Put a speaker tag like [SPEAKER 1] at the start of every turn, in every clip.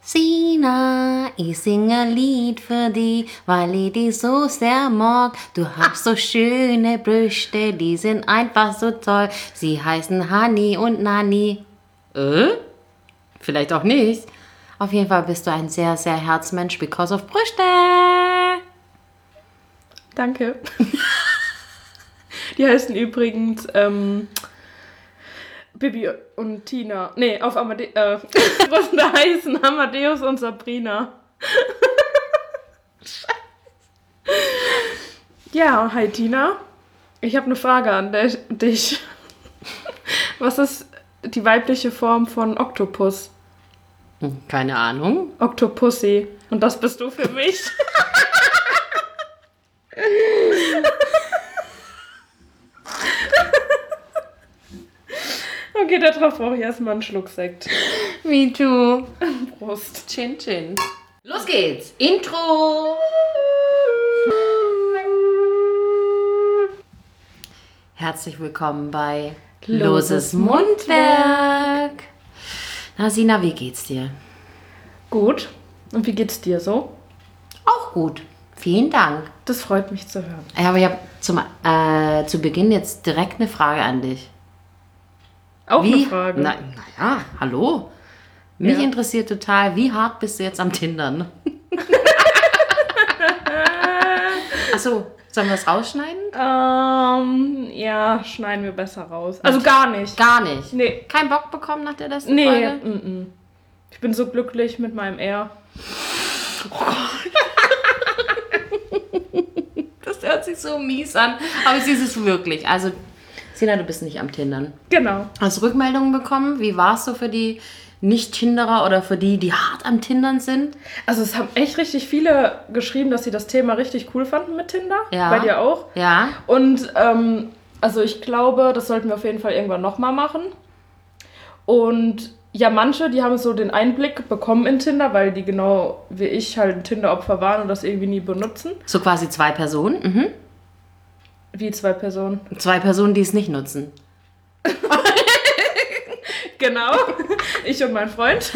[SPEAKER 1] Sina, ich sing ein Lied für dich, weil ich dich so sehr mag. Du hast so schöne Brüste, die sind einfach so toll. Sie heißen Hani und Nani. Äh? Vielleicht auch nicht. Auf jeden Fall bist du ein sehr, sehr Herzmensch because of Brüste.
[SPEAKER 2] Danke. Die heißen übrigens ähm, Bibi und Tina. Nee, auf Amadeus. Äh, was denn da heißen? Amadeus und Sabrina. ja, hi Tina. Ich habe eine Frage an de- dich. Was ist die weibliche Form von Oktopus?
[SPEAKER 1] Hm, Keine Ahnung.
[SPEAKER 2] Octopussy. Und das bist du für mich. okay, darauf brauche ich erstmal einen Schluck Sekt.
[SPEAKER 1] Me too.
[SPEAKER 2] Prost.
[SPEAKER 1] Chin Chin. Los geht's. Intro. Herzlich willkommen bei Loses
[SPEAKER 2] Loses
[SPEAKER 1] Mundwerk. Na Sina, wie geht's dir?
[SPEAKER 2] Gut. Und wie geht's dir so?
[SPEAKER 1] Auch gut. Vielen Dank.
[SPEAKER 2] Das freut mich zu hören.
[SPEAKER 1] Ja, Aber ich habe zum äh, zu Beginn jetzt direkt eine Frage an dich.
[SPEAKER 2] Auch
[SPEAKER 1] Wie?
[SPEAKER 2] eine Frage.
[SPEAKER 1] Na, naja, hallo. Mich
[SPEAKER 2] Ja.
[SPEAKER 1] interessiert total, wie hart bist du jetzt am Tindern? Achso, sollen wir es rausschneiden?
[SPEAKER 2] Ähm, ja, schneiden wir besser raus. Also gar nicht.
[SPEAKER 1] Gar nicht.
[SPEAKER 2] Nee.
[SPEAKER 1] Kein Bock bekommen nach der letzten
[SPEAKER 2] Nee.
[SPEAKER 1] Folge?
[SPEAKER 2] mm-mm. Ich bin so glücklich mit meinem R.
[SPEAKER 1] Das hört sich so mies an. Aber sie ist es wirklich. Also, Sina, du bist nicht am Tindern.
[SPEAKER 2] Genau.
[SPEAKER 1] Hast du Rückmeldungen bekommen? Wie war es so für die Nicht-Tinderer oder für die, die hart am Tindern sind?
[SPEAKER 2] Also es haben echt richtig viele geschrieben, dass sie das Thema richtig cool fanden mit Tinder.
[SPEAKER 1] Ja.
[SPEAKER 2] Bei dir auch.
[SPEAKER 1] Ja.
[SPEAKER 2] Und ähm, also ich glaube, das sollten wir auf jeden Fall irgendwann nochmal machen. Und ja, manche, die haben so den Einblick bekommen in Tinder, weil die genau wie ich halt ein Tinder-Opfer waren und das irgendwie nie benutzen.
[SPEAKER 1] So quasi zwei Personen. Mhm.
[SPEAKER 2] Wie zwei Personen.
[SPEAKER 1] Zwei Personen, die es nicht nutzen.
[SPEAKER 2] Genau. ich und mein Freund.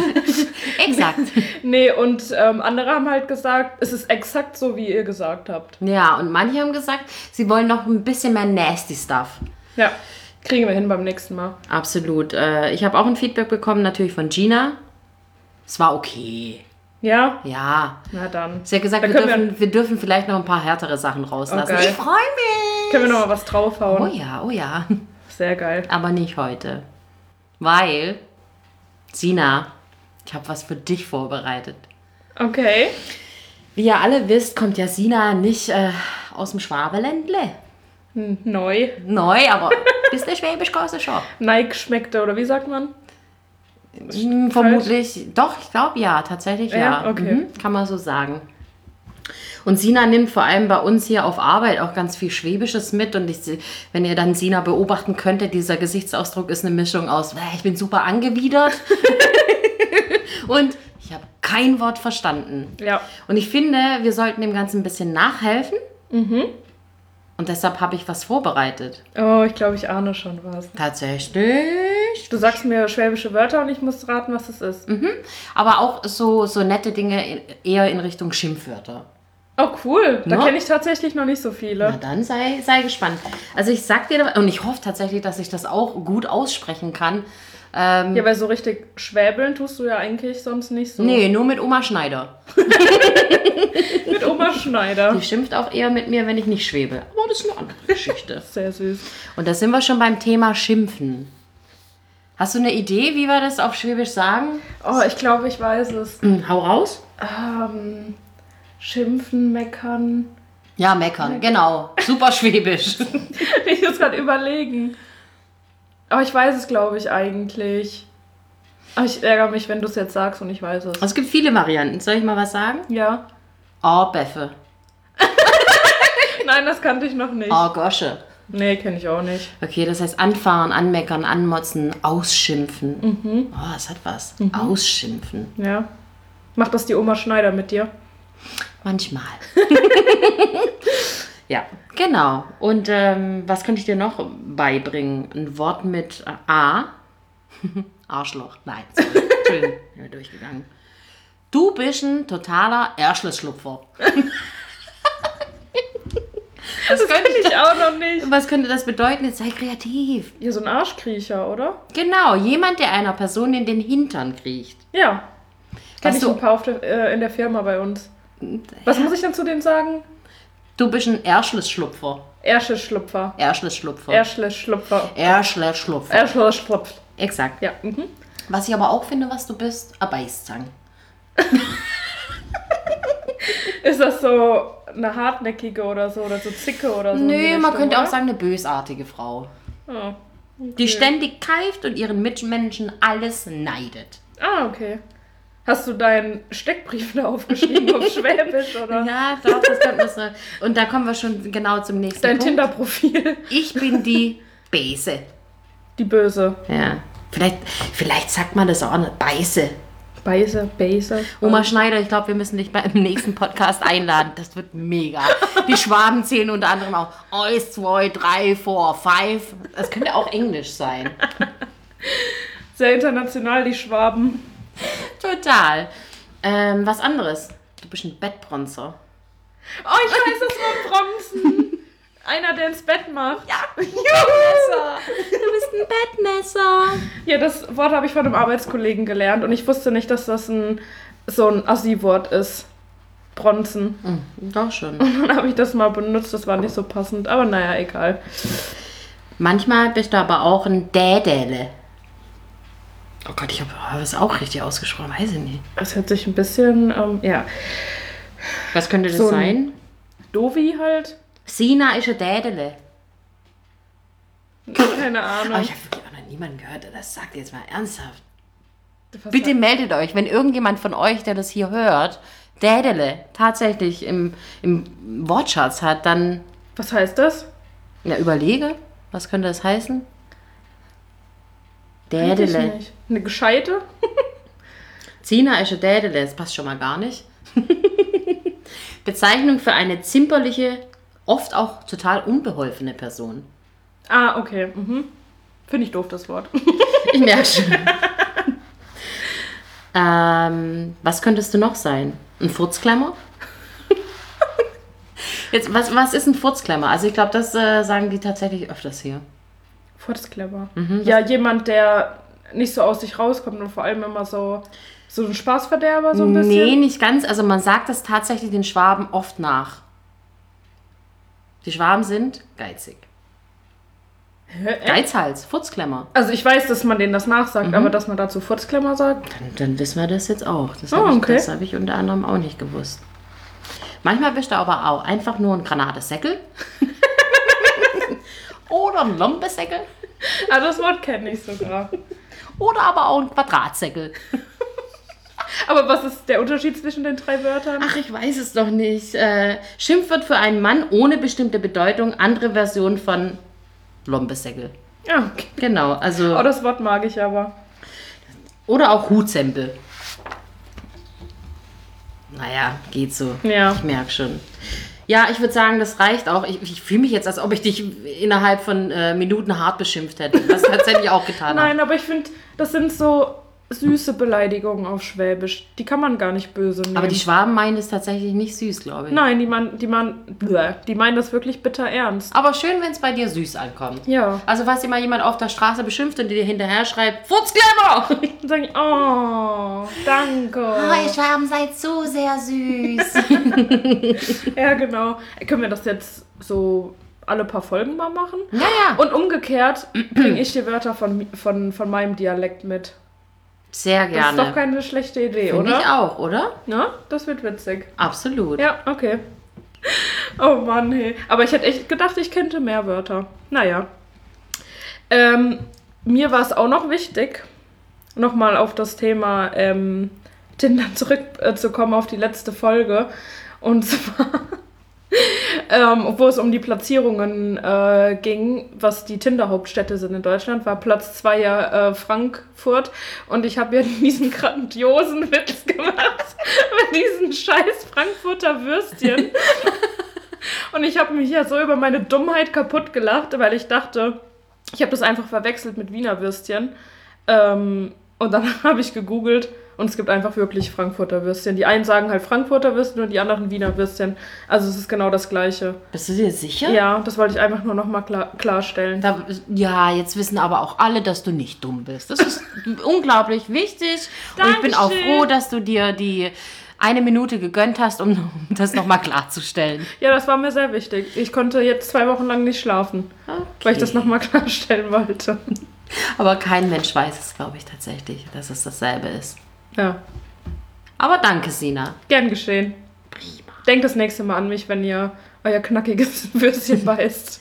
[SPEAKER 1] Exakt.
[SPEAKER 2] Nee, und ähm, andere haben halt gesagt, es ist exakt so, wie ihr gesagt habt.
[SPEAKER 1] ja, und manche haben gesagt, sie wollen noch ein bisschen mehr nasty stuff.
[SPEAKER 2] Ja. Kriegen wir hin beim nächsten Mal.
[SPEAKER 1] Absolut. Äh, ich habe auch ein Feedback bekommen, natürlich von Gina. Es war okay.
[SPEAKER 2] Ja?
[SPEAKER 1] Ja.
[SPEAKER 2] Na dann.
[SPEAKER 1] Sie hat gesagt,
[SPEAKER 2] Dann
[SPEAKER 1] wir
[SPEAKER 2] können wir-
[SPEAKER 1] dürfen, wir dürfen vielleicht noch ein paar härtere Sachen rauslassen.
[SPEAKER 2] Oh, geil.
[SPEAKER 1] ich freue mich.
[SPEAKER 2] Können wir noch mal was draufhauen?
[SPEAKER 1] Oh ja, oh ja.
[SPEAKER 2] Sehr geil.
[SPEAKER 1] Aber nicht heute. Weil, Sina, ich habe was für dich vorbereitet.
[SPEAKER 2] Okay.
[SPEAKER 1] Wie ihr alle wisst, kommt ja Sina nicht äh, aus dem Schwabeländle.
[SPEAKER 2] Hm, Neu.
[SPEAKER 1] Neu, aber bist du schwäbisch kostet schon.
[SPEAKER 2] Nike schmeckte, oder wie sagt man?
[SPEAKER 1] Hm, Vermutlich, doch, ich glaube ja, tatsächlich ja.
[SPEAKER 2] Ja, okay.
[SPEAKER 1] Mhm, kann man so sagen. Und Sina nimmt vor allem bei uns hier auf Arbeit auch ganz viel Schwäbisches mit. Und ich, se- wenn ihr dann Sina beobachten könntet, dieser Gesichtsausdruck ist eine Mischung aus, "Bäh, ich bin super angewidert und ich habe kein Wort verstanden.
[SPEAKER 2] Ja.
[SPEAKER 1] Und ich finde, wir sollten dem Ganzen ein bisschen nachhelfen. Und deshalb habe ich was vorbereitet.
[SPEAKER 2] Oh, ich glaube, ich ahne schon was.
[SPEAKER 1] Tatsächlich.
[SPEAKER 2] Du sagst mir schwäbische Wörter und ich muss raten, was es ist.
[SPEAKER 1] Aber auch so, so nette Dinge in- eher in Richtung Schimpfwörter.
[SPEAKER 2] Oh, cool. Da
[SPEAKER 1] Na?
[SPEAKER 2] kenne ich tatsächlich noch nicht so
[SPEAKER 1] Na
[SPEAKER 2] viele.
[SPEAKER 1] dann sei, sei gespannt. Also ich sag dir, und ich hoffe tatsächlich, dass ich das auch gut aussprechen kann. Ähm,
[SPEAKER 2] Ja, weil so richtig schwäbeln tust du ja eigentlich sonst nicht so.
[SPEAKER 1] Nee, nur mit Oma Schneider.
[SPEAKER 2] Mit Oma Schneider.
[SPEAKER 1] Die schimpft auch eher mit mir, wenn ich nicht schwebe. Aber das ist eine andere Geschichte.
[SPEAKER 2] Sehr süß.
[SPEAKER 1] und da sind wir schon beim Thema Schimpfen. Hast du eine Idee, wie wir das auf Schwäbisch sagen?
[SPEAKER 2] Oh, ich glaube, ich weiß es.
[SPEAKER 1] Hm, hau raus.
[SPEAKER 2] Ähm, schimpfen, meckern.
[SPEAKER 1] Ja, meckern, genau. Super Schwäbisch.
[SPEAKER 2] Ich muss gerade überlegen. Aber ich weiß es, glaube ich, eigentlich. Aber ich ärgere mich, wenn du es jetzt sagst und ich weiß es.
[SPEAKER 1] es gibt viele Varianten. Soll ich mal was sagen?
[SPEAKER 2] Ja.
[SPEAKER 1] Oh, Beffe.
[SPEAKER 2] Nein, das kannte ich noch nicht.
[SPEAKER 1] Oh, Gosche.
[SPEAKER 2] Nee, kenne ich auch nicht.
[SPEAKER 1] Okay, das heißt anfahren, anmeckern, anmotzen, ausschimpfen. Oh, das hat was. Ausschimpfen.
[SPEAKER 2] Ja. Macht das die Oma Schneider mit dir?
[SPEAKER 1] Manchmal. ja, genau. Und ähm, was könnte ich dir noch beibringen? Ein Wort mit äh, A. Arschloch. Nein, sorry. Schön. Bin mir durchgegangen. Du bist ein totaler Erschlussschlupfer.
[SPEAKER 2] Das könnte ich auch noch nicht.
[SPEAKER 1] Was könnte das bedeuten? Jetzt sei kreativ.
[SPEAKER 2] Ja, so ein Arschkriecher, oder?
[SPEAKER 1] Genau, jemand, der einer Person in den Hintern kriecht.
[SPEAKER 2] Ja. Kenn ich
[SPEAKER 1] du-
[SPEAKER 2] ein paar auf der, äh, in der Firma bei uns. Was muss ich dann zu dem sagen?
[SPEAKER 1] Du bist ein Erschlussschlupfer.
[SPEAKER 2] Erschlesschlupfer.
[SPEAKER 1] Erschlussschlupfer.
[SPEAKER 2] Erschlesschlupfer.
[SPEAKER 1] Erschlussschlupfer.
[SPEAKER 2] Erschlesschlupfer.
[SPEAKER 1] Exakt.
[SPEAKER 2] Ja. Mhm.
[SPEAKER 1] Was ich aber auch finde, was du bist, ein Beißzang.
[SPEAKER 2] Ist das so eine hartnäckige oder so? Oder so Zicke oder so? in die
[SPEAKER 1] Nö, man
[SPEAKER 2] Richtung,
[SPEAKER 1] könnte auch
[SPEAKER 2] oder?
[SPEAKER 1] sagen, eine bösartige Frau.
[SPEAKER 2] Oh.
[SPEAKER 1] Die ständig keift und ihren Mitmenschen alles neidet.
[SPEAKER 2] Ah, okay. Hast du deinen Steckbrief da aufgeschrieben auf Schwäbisch oder
[SPEAKER 1] Ja, doch, das könnte man so. Und da kommen wir schon genau zum nächsten
[SPEAKER 2] dein
[SPEAKER 1] Punkt.
[SPEAKER 2] Tinder-Profil?
[SPEAKER 1] Ich bin die Bese.
[SPEAKER 2] Die Böse.
[SPEAKER 1] Ja. Vielleicht, vielleicht sagt man das auch nicht. Beiße.
[SPEAKER 2] Beise, Base.
[SPEAKER 1] Oma Schneider, ich glaube, wir müssen dich beim nächsten Podcast einladen. Das wird mega. Die Schwaben zählen unter anderem auch 1, 2, 3, 4, 5. Das könnte auch Englisch sein.
[SPEAKER 2] Sehr international, die Schwaben.
[SPEAKER 1] Total. Ähm, was anderes. Du bist ein Bettbronzer.
[SPEAKER 2] Oh, ich weiß das war Bromsen. Einer, der ins Bett macht. Ja,
[SPEAKER 1] Du bist ein Bettmesser.
[SPEAKER 2] ja das Wort habe ich von einem Arbeitskollegen gelernt und ich wusste nicht, dass das ein, so ein Assi-Wort ist. Bronzen.
[SPEAKER 1] Mhm, Doch schon.
[SPEAKER 2] Dann habe ich das mal benutzt, das war nicht so passend, aber naja, egal.
[SPEAKER 1] Manchmal bist du aber auch ein Dädele. Oh Gott, ich habe das auch richtig ausgesprochen. Weiß ich nicht.
[SPEAKER 2] Das hört sich ein bisschen, ähm, ja,
[SPEAKER 1] Was könnte das
[SPEAKER 2] So ein-
[SPEAKER 1] sein?
[SPEAKER 2] dovi halt.
[SPEAKER 1] Sina ist ein Dädele.
[SPEAKER 2] Keine Ahnung.
[SPEAKER 1] Aber Oh, ich habe wirklich auch noch niemanden gehört, der das sagt. Jetzt mal ernsthaft. Bitte meldet euch, wenn irgendjemand von euch, der das hier hört, Dädele tatsächlich im, im Wortschatz hat, dann
[SPEAKER 2] Was heißt das?
[SPEAKER 1] ja, überlege, was könnte das heißen?
[SPEAKER 2] Weiß ich
[SPEAKER 1] Dädele.
[SPEAKER 2] nicht. Eine gescheite?
[SPEAKER 1] Zina ist ein Dädele, das passt schon mal gar nicht. Bezeichnung für eine zimperliche, oft auch total unbeholfene Person.
[SPEAKER 2] Ah, okay. Mhm. Finde ich doof, das Wort.
[SPEAKER 1] Ich merke schon. ähm, was könntest du noch sein? Ein Furzklemmer? Jetzt, was, was ist ein Furzklemmer? Also ich glaube, das äh, sagen die tatsächlich öfters hier.
[SPEAKER 2] Voll das clever.
[SPEAKER 1] Mhm,
[SPEAKER 2] Ja, jemand, der nicht so aus sich rauskommt und vor allem immer so, so ein Spaßverderber so ein
[SPEAKER 1] Nee,
[SPEAKER 2] bisschen.
[SPEAKER 1] nicht ganz. Also man sagt das tatsächlich den Schwaben oft nach. Die Schwaben sind geizig.
[SPEAKER 2] Hä?
[SPEAKER 1] Geizhals, Furzklemmer.
[SPEAKER 2] Also ich weiß, dass man denen das nachsagt,
[SPEAKER 1] Mhm.
[SPEAKER 2] aber dass man dazu Furzklemmer sagt.
[SPEAKER 1] Dann, dann wissen wir das jetzt auch. Das
[SPEAKER 2] Ah,
[SPEAKER 1] habe ich,
[SPEAKER 2] okay.
[SPEAKER 1] das hab ich unter anderem auch nicht gewusst. Manchmal bist du aber auch einfach nur ein Granatesäckel. oder ein Lombesäckel.
[SPEAKER 2] Ah, das Wort kenne ich sogar.
[SPEAKER 1] Oder aber auch ein Quadratsäckel.
[SPEAKER 2] aber was ist der Unterschied zwischen den drei Wörtern?
[SPEAKER 1] Ach, ich weiß es doch nicht. Äh, Schimpfwort für einen Mann ohne bestimmte Bedeutung. Andere Version von Lombesäckel.
[SPEAKER 2] Ja, okay.
[SPEAKER 1] Genau, also.
[SPEAKER 2] Oh,
[SPEAKER 1] Oder,
[SPEAKER 2] das Wort mag ich aber.
[SPEAKER 1] auch Hutsempel. Naja, geht so.
[SPEAKER 2] Ja.
[SPEAKER 1] Ich merke schon. Ja, ich würde sagen, das reicht auch. Ich, ich fühle mich jetzt, als ob ich dich innerhalb von äh, Minuten hart beschimpft hätte. Was tatsächlich auch getan habe.
[SPEAKER 2] Nein, aber ich finde, das sind so süße Beleidigungen auf Schwäbisch. Die kann man gar nicht böse nehmen.
[SPEAKER 1] Aber die Schwaben meinen es tatsächlich nicht süß, glaube ich.
[SPEAKER 2] Nein, die, man, die, man, bleh, die meinen das wirklich bitter ernst.
[SPEAKER 1] Aber schön, wenn es bei dir süß ankommt.
[SPEAKER 2] Ja.
[SPEAKER 1] Also, falls dir mal jemand auf der Straße beschimpft und dir hinterher schreibt, Furzklemmer!
[SPEAKER 2] Dann sage ich, oh, danke.
[SPEAKER 1] Schwaben seid so sehr süß.
[SPEAKER 2] Ja, genau. Können wir das jetzt so alle paar Folgen mal machen?
[SPEAKER 1] naja.
[SPEAKER 2] Und umgekehrt bringe ich die Wörter von, mi- von, von meinem Dialekt mit.
[SPEAKER 1] Sehr
[SPEAKER 2] Das
[SPEAKER 1] gerne.
[SPEAKER 2] ist doch keine schlechte Idee,
[SPEAKER 1] Finde ich
[SPEAKER 2] oder?
[SPEAKER 1] auch, oder?
[SPEAKER 2] Na, das wird witzig.
[SPEAKER 1] Absolut.
[SPEAKER 2] Ja, okay. Oh Mann, hey. Aber ich hätte echt gedacht, ich könnte mehr Wörter. Naja. Ähm, mir war es auch noch wichtig, nochmal auf das Thema ähm, Tinder zurückzukommen, auf die letzte Folge. Und zwar, ähm, wo es um die Platzierungen äh, ging, was die Tinder-Hauptstädte sind in Deutschland, war Platz 2 ja äh, Frankfurt. Und ich habe ja diesen grandiosen Witz gemacht mit diesen scheiß Frankfurter Würstchen. Und ich habe mich ja so über meine Dummheit kaputt gelacht, weil ich dachte, ich habe das einfach verwechselt mit Wiener Würstchen. Ähm, und dann habe ich gegoogelt Und es gibt einfach wirklich Frankfurter Würstchen. Die einen sagen halt Frankfurter Würstchen und die anderen Wiener Würstchen. Also es ist genau das Gleiche.
[SPEAKER 1] Bist du dir sicher?
[SPEAKER 2] Ja, das wollte ich einfach nur nochmal klar, klarstellen.
[SPEAKER 1] Da, ja, jetzt wissen aber auch alle, dass du nicht dumm bist. Das ist unglaublich wichtig. Und ich bin auch
[SPEAKER 2] Dankeschön.
[SPEAKER 1] froh, dass du dir die eine Minute gegönnt hast, um das nochmal klarzustellen.
[SPEAKER 2] Ja, das war mir sehr wichtig. Ich konnte jetzt zwei Wochen lang nicht schlafen, weil ich das nochmal klarstellen wollte.
[SPEAKER 1] Aber kein Mensch weiß es, glaube ich, tatsächlich, dass es dasselbe ist.
[SPEAKER 2] Ja,
[SPEAKER 1] Aber danke, Sina.
[SPEAKER 2] gern geschehen.
[SPEAKER 1] Prima.
[SPEAKER 2] Denkt das nächste Mal an mich, wenn ihr euer knackiges Würstchen beißt.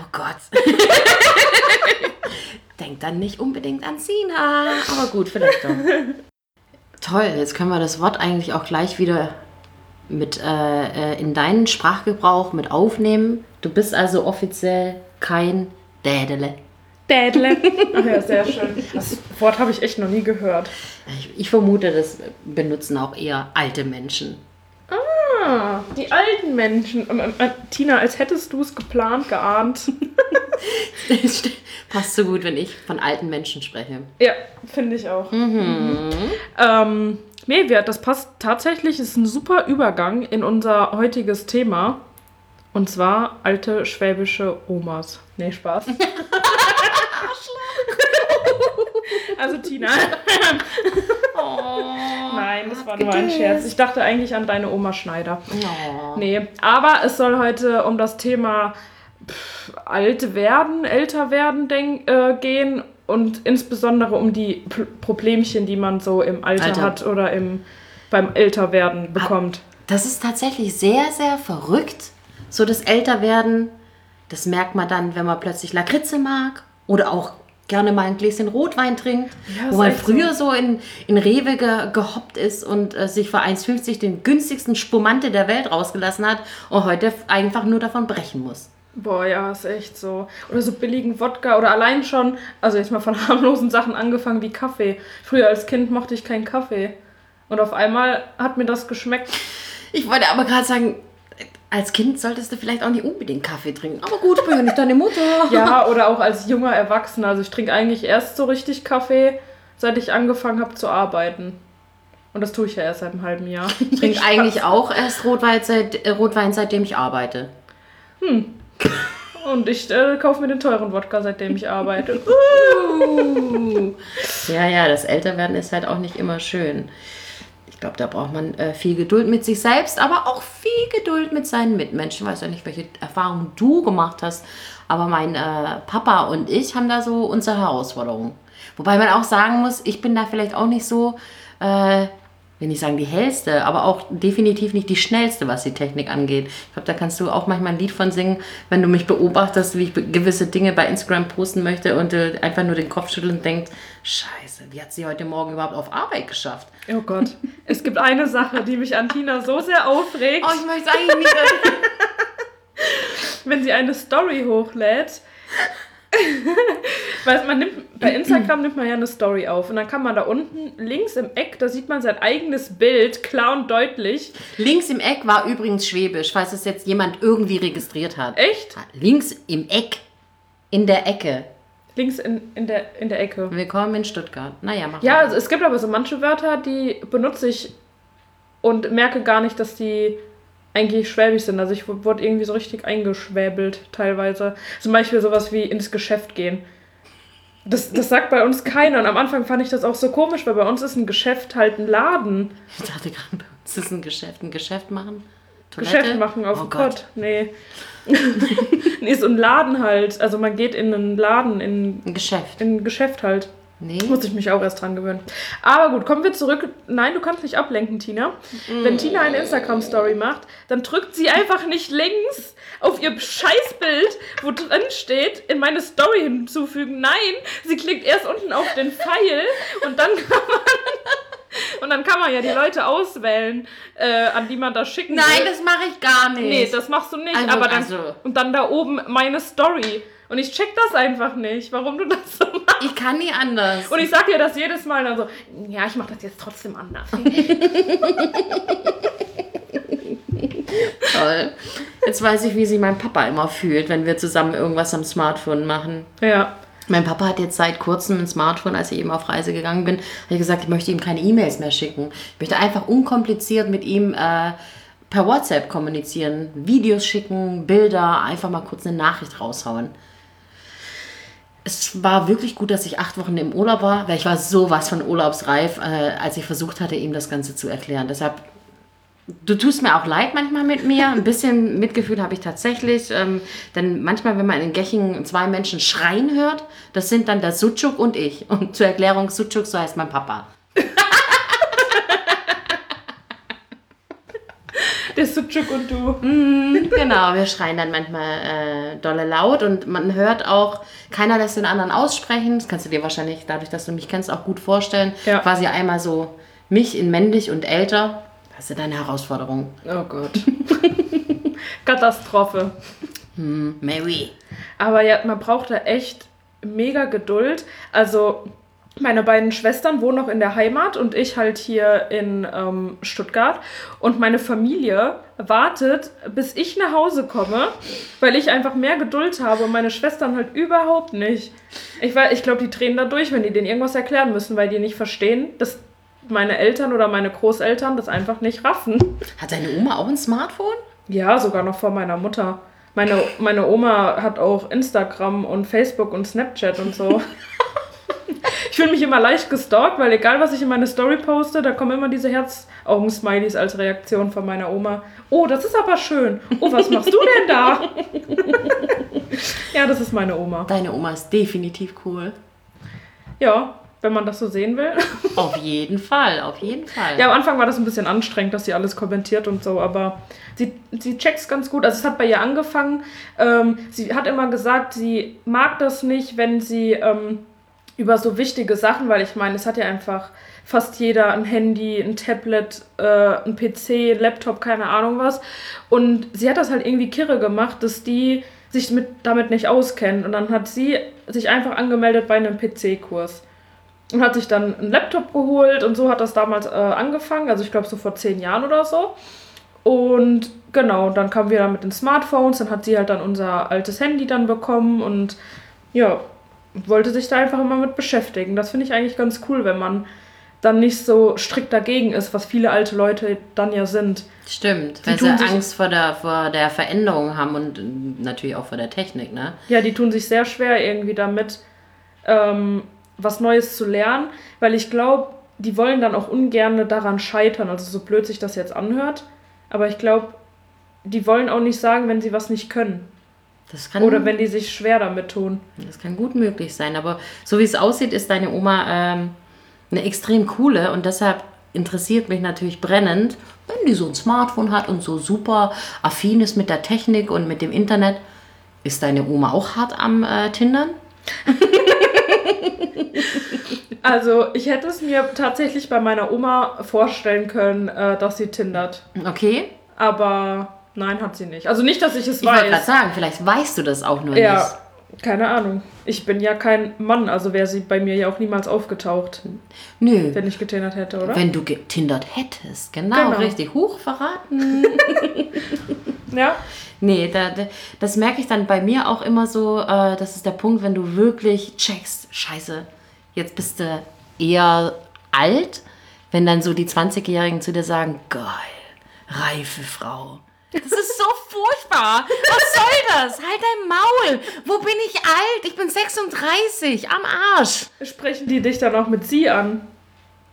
[SPEAKER 1] Oh Gott. Denkt dann nicht unbedingt an Sina. Aber gut, vielleicht doch. Toll, jetzt können wir das Wort eigentlich auch gleich wieder mit äh, äh, in deinen Sprachgebrauch mit aufnehmen. Du bist also offiziell kein Dädele.
[SPEAKER 2] Dädle. Ach ja, sehr schön. Das Wort habe ich echt noch nie gehört.
[SPEAKER 1] Ich, ich vermute, das benutzen auch eher alte Menschen.
[SPEAKER 2] Ah, die alten Menschen. Ähm, ähm, äh, Tina, als hättest du es geplant, geahnt.
[SPEAKER 1] Passt so gut, wenn ich von alten Menschen spreche.
[SPEAKER 2] Ja, finde ich auch. Ähm, nee, wir, das passt tatsächlich, ist ein super Übergang in unser heutiges Thema. Und zwar alte schwäbische Omas. Nee, Spaß. also Tina. Nein, das war nur ein Scherz. Ich dachte eigentlich an deine Oma Schneider.
[SPEAKER 1] Oh.
[SPEAKER 2] Nee, aber es soll heute um das Thema pff, alt werden, älter werden denk, äh, gehen und insbesondere um die P Problemchen, die man so im Alter,
[SPEAKER 1] Alter.
[SPEAKER 2] hat oder im, beim Älterwerden bekommt.
[SPEAKER 1] Das ist tatsächlich sehr, sehr verrückt. So das Älterwerden, das merkt man dann, wenn man plötzlich Lakritze mag oder auch gerne mal ein Gläschen Rotwein trinkt,
[SPEAKER 2] Ja,
[SPEAKER 1] wo
[SPEAKER 2] ist
[SPEAKER 1] man
[SPEAKER 2] echt so.
[SPEAKER 1] früher so in, in Rewe ge, gehoppt ist und äh, sich für 1,50 den günstigsten Spumante der Welt rausgelassen hat und heute einfach nur davon brechen muss.
[SPEAKER 2] Boah, ja, ist echt so. Oder so billigen Wodka oder allein schon, also jetzt mal von harmlosen Sachen angefangen wie Kaffee. Früher als Kind mochte ich keinen Kaffee. Und auf einmal hat mir das geschmeckt.
[SPEAKER 1] Ich wollte aber gerade sagen, als Kind solltest du vielleicht auch nicht unbedingt Kaffee trinken. Aber gut, bin ja nicht deine Mutter.
[SPEAKER 2] Ja, oder auch als junger Erwachsener. Also ich trinke eigentlich erst so richtig Kaffee, seit ich angefangen habe zu arbeiten. Und das tue ich ja erst seit einem halben Jahr.
[SPEAKER 1] Ich trinke eigentlich auch erst Rotwein, seit, äh, Rotwein, seitdem ich arbeite.
[SPEAKER 2] Und ich äh, kaufe mir den teuren Wodka, seitdem ich arbeite.
[SPEAKER 1] Ja, ja, das Älterwerden ist halt auch nicht immer schön. Ich glaube, da braucht man äh, viel Geduld mit sich selbst, aber auch viel Geduld mit seinen Mitmenschen. Ich weiß ja nicht, welche Erfahrungen du gemacht hast, aber mein äh, Papa und ich haben da so unsere Herausforderungen. Wobei man auch sagen muss, ich bin da vielleicht auch nicht so, äh, wenn ich sagen die hellste, aber auch definitiv nicht die schnellste, was die Technik angeht. Ich glaube, da kannst du auch manchmal ein Lied von singen, wenn du mich beobachtest, wie ich be- gewisse Dinge bei Instagram posten möchte und du einfach nur den Kopf schütteln und denkst, scheiße, wie hat sie heute Morgen überhaupt auf Arbeit geschafft?
[SPEAKER 2] Oh Gott. Es gibt eine Sache, die mich an Tina so sehr aufregt,
[SPEAKER 1] Oh, ich möchte es eigentlich nicht.
[SPEAKER 2] wenn sie eine Story hochlädt. Weil man nimmt, bei Instagram nimmt man ja eine Story auf und dann kann man da unten links im Eck, da sieht man sein eigenes Bild klar und deutlich.
[SPEAKER 1] Links im Eck war übrigens Schwäbisch, falls es jetzt jemand irgendwie registriert hat.
[SPEAKER 2] Echt?
[SPEAKER 1] Links im Eck. In der Ecke.
[SPEAKER 2] Links in, in, der, in der Ecke.
[SPEAKER 1] Willkommen in Stuttgart. Naja, mach
[SPEAKER 2] Ja,
[SPEAKER 1] mal.
[SPEAKER 2] also es gibt aber so manche Wörter, die benutze ich und merke gar nicht, dass die eigentlich schwäbisch sind. Also ich wu- wurde irgendwie so richtig eingeschwäbelt teilweise. Zum Beispiel sowas wie ins Geschäft gehen. Das, das sagt bei uns keiner. Und am Anfang fand ich das auch so komisch, weil bei uns ist ein Geschäft halt ein Laden.
[SPEAKER 1] Ich dachte gerade, bei uns ist ein Geschäft. Ein Geschäft machen? Toilette?
[SPEAKER 2] Geschäft machen auf
[SPEAKER 1] oh
[SPEAKER 2] Gott. Nee. nee, so ein Laden halt. Also man geht in einen Laden, in,
[SPEAKER 1] Ein Geschäft.
[SPEAKER 2] in ein Geschäft halt.
[SPEAKER 1] Nee.
[SPEAKER 2] Muss ich mich auch erst dran gewöhnen. Aber gut, kommen wir zurück. Nein, du kannst nicht ablenken, Tina. Wenn Tina eine Instagram-Story macht, dann drückt sie einfach nicht links auf ihr Scheißbild, wo drin steht, in meine Story hinzufügen. Nein, sie klickt erst unten auf den Pfeil und dann kann man. Und dann kann man ja die Leute auswählen, äh, an die man das schicken
[SPEAKER 1] Nein,
[SPEAKER 2] will.
[SPEAKER 1] das mache ich gar nicht.
[SPEAKER 2] Nee, das machst du nicht.
[SPEAKER 1] Also,
[SPEAKER 2] aber dann,
[SPEAKER 1] also.
[SPEAKER 2] Und dann da oben meine Story. Und ich check das einfach nicht, warum du das so machst.
[SPEAKER 1] ich kann nie anders.
[SPEAKER 2] Und ich sag dir das jedes Mal dann so, ja, ich mache das jetzt trotzdem anders.
[SPEAKER 1] Toll. Jetzt weiß ich, wie sich mein Papa immer fühlt, wenn wir zusammen irgendwas am Smartphone machen.
[SPEAKER 2] Ja.
[SPEAKER 1] Mein Papa hat jetzt seit kurzem ein Smartphone, als ich eben auf Reise gegangen bin, hat gesagt, ich möchte ihm keine E-Mails mehr schicken. Ich möchte einfach unkompliziert mit ihm äh, per WhatsApp kommunizieren, Videos schicken, Bilder, einfach mal kurz eine Nachricht raushauen. Es war wirklich gut, dass ich acht Wochen im Urlaub war, weil ich war sowas von urlaubsreif, äh, als ich versucht hatte, ihm das Ganze zu erklären. Deshalb, du tust mir auch leid manchmal mit mir. Ein bisschen Mitgefühl habe ich tatsächlich. Ähm, denn manchmal, wenn man in Gächingen zwei Menschen schreien hört, das sind dann der Sucuk und ich. Und zur Erklärung, Sucuk, so heißt mein Papa.
[SPEAKER 2] Der Sucuk und du.
[SPEAKER 1] Genau, wir schreien dann manchmal äh, dolle laut und man hört auch, keiner lässt den anderen aussprechen. Das kannst du dir wahrscheinlich, dadurch, dass du mich kennst, auch gut vorstellen.
[SPEAKER 2] Ja.
[SPEAKER 1] Quasi einmal so mich in männlich und älter. Das ist ja deine Herausforderung.
[SPEAKER 2] Oh Gott. Katastrophe.
[SPEAKER 1] Mary.
[SPEAKER 2] Aber ja, man braucht da echt mega Geduld. Also meine beiden Schwestern wohnen noch in der Heimat und ich halt hier in ähm, Stuttgart. Und meine Familie wartet, bis ich nach Hause komme, weil ich einfach mehr Geduld habe und meine Schwestern halt überhaupt nicht. Ich, wei- ich glaube, die drehen da durch, wenn die denen irgendwas erklären müssen, weil die nicht verstehen, dass meine Eltern oder meine Großeltern das einfach nicht raffen.
[SPEAKER 1] Hat deine Oma auch ein Smartphone?
[SPEAKER 2] Ja, sogar noch vor meiner Mutter. Meine, meine Oma hat auch Instagram und Facebook und Snapchat und so. Ich fühle mich immer leicht gestalkt, weil egal was ich in meine Story poste, da kommen immer diese Herzaugen-Smileys als Reaktion von meiner Oma. Oh, das ist aber schön. Oh, was machst du denn da? ja, das ist meine Oma.
[SPEAKER 1] Deine Oma ist definitiv cool.
[SPEAKER 2] Ja, wenn man das so sehen will.
[SPEAKER 1] Auf jeden Fall, auf jeden Fall.
[SPEAKER 2] Ja, am Anfang war das ein bisschen anstrengend, dass sie alles kommentiert und so, aber sie, sie checkt's ganz gut. Also es hat bei ihr angefangen. Ähm, sie hat immer gesagt, sie mag das nicht, wenn sie ähm, über so wichtige Sachen, weil ich meine, es hat ja einfach fast jeder ein Handy, ein Tablet, äh, ein PC, ein Laptop, keine Ahnung was. Und sie hat das halt irgendwie kirre gemacht, dass die sich mit, damit nicht auskennen. Und dann hat sie sich einfach angemeldet bei einem PC-Kurs und hat sich dann einen Laptop geholt und so hat das damals äh, angefangen, also ich glaube so vor zehn Jahren oder so. Und genau, dann kamen wir dann mit den Smartphones, dann hat sie halt dann unser altes Handy dann bekommen und ja, wollte sich da einfach immer mit beschäftigen. Das finde ich eigentlich ganz cool, wenn man dann nicht so strikt dagegen ist, was viele alte Leute dann ja sind.
[SPEAKER 1] Stimmt, weil sie
[SPEAKER 2] tun sich-
[SPEAKER 1] Angst vor der, vor der Veränderung haben und äh, natürlich auch vor der Technik, ne?
[SPEAKER 2] Ja, die tun sich sehr schwer irgendwie damit, ähm, was Neues zu lernen, weil ich glaube, die wollen dann auch ungern daran scheitern, also so blöd sich das jetzt anhört. Aber ich glaube, die wollen auch nicht sagen, wenn sie was nicht können.
[SPEAKER 1] Das kann
[SPEAKER 2] Oder wenn die sich schwer damit tun.
[SPEAKER 1] Das kann gut möglich sein, aber so wie es aussieht, ist deine Oma ähm, eine extrem coole und deshalb interessiert mich natürlich brennend, wenn die so ein Smartphone hat und so super affin ist mit der Technik und mit dem Internet. Ist deine Oma auch hart am äh, Tindern?
[SPEAKER 2] Also ich hätte es mir tatsächlich bei meiner Oma vorstellen können, äh, dass sie tindert.
[SPEAKER 1] Okay. Aber
[SPEAKER 2] Aber nein, hat sie nicht. Also nicht, dass ich es
[SPEAKER 1] ich wollte gerade
[SPEAKER 2] weiß.
[SPEAKER 1] sagen, vielleicht weißt du das auch nur nicht.
[SPEAKER 2] Ja, keine Ahnung. Ich bin ja kein Mann, also wäre sie bei mir ja auch niemals aufgetaucht.
[SPEAKER 1] Hm. Nö.
[SPEAKER 2] Wenn ich getindert hätte, oder?
[SPEAKER 1] Wenn du getindert hättest, genau,
[SPEAKER 2] Genau.
[SPEAKER 1] richtig. Hoch verraten.
[SPEAKER 2] Ja.
[SPEAKER 1] Nee, da, da, das merke ich dann bei mir auch immer so. Äh, das ist der Punkt, wenn du wirklich checkst, scheiße, jetzt bist du eher alt, wenn dann so die 20-Jährigen zu dir sagen, geil, reife Frau. Das ist so furchtbar. Was soll das? Halt dein Maul. Wo bin ich alt? Ich bin 36. Am Arsch.
[SPEAKER 2] Sprechen die dich dann auch mit sie an?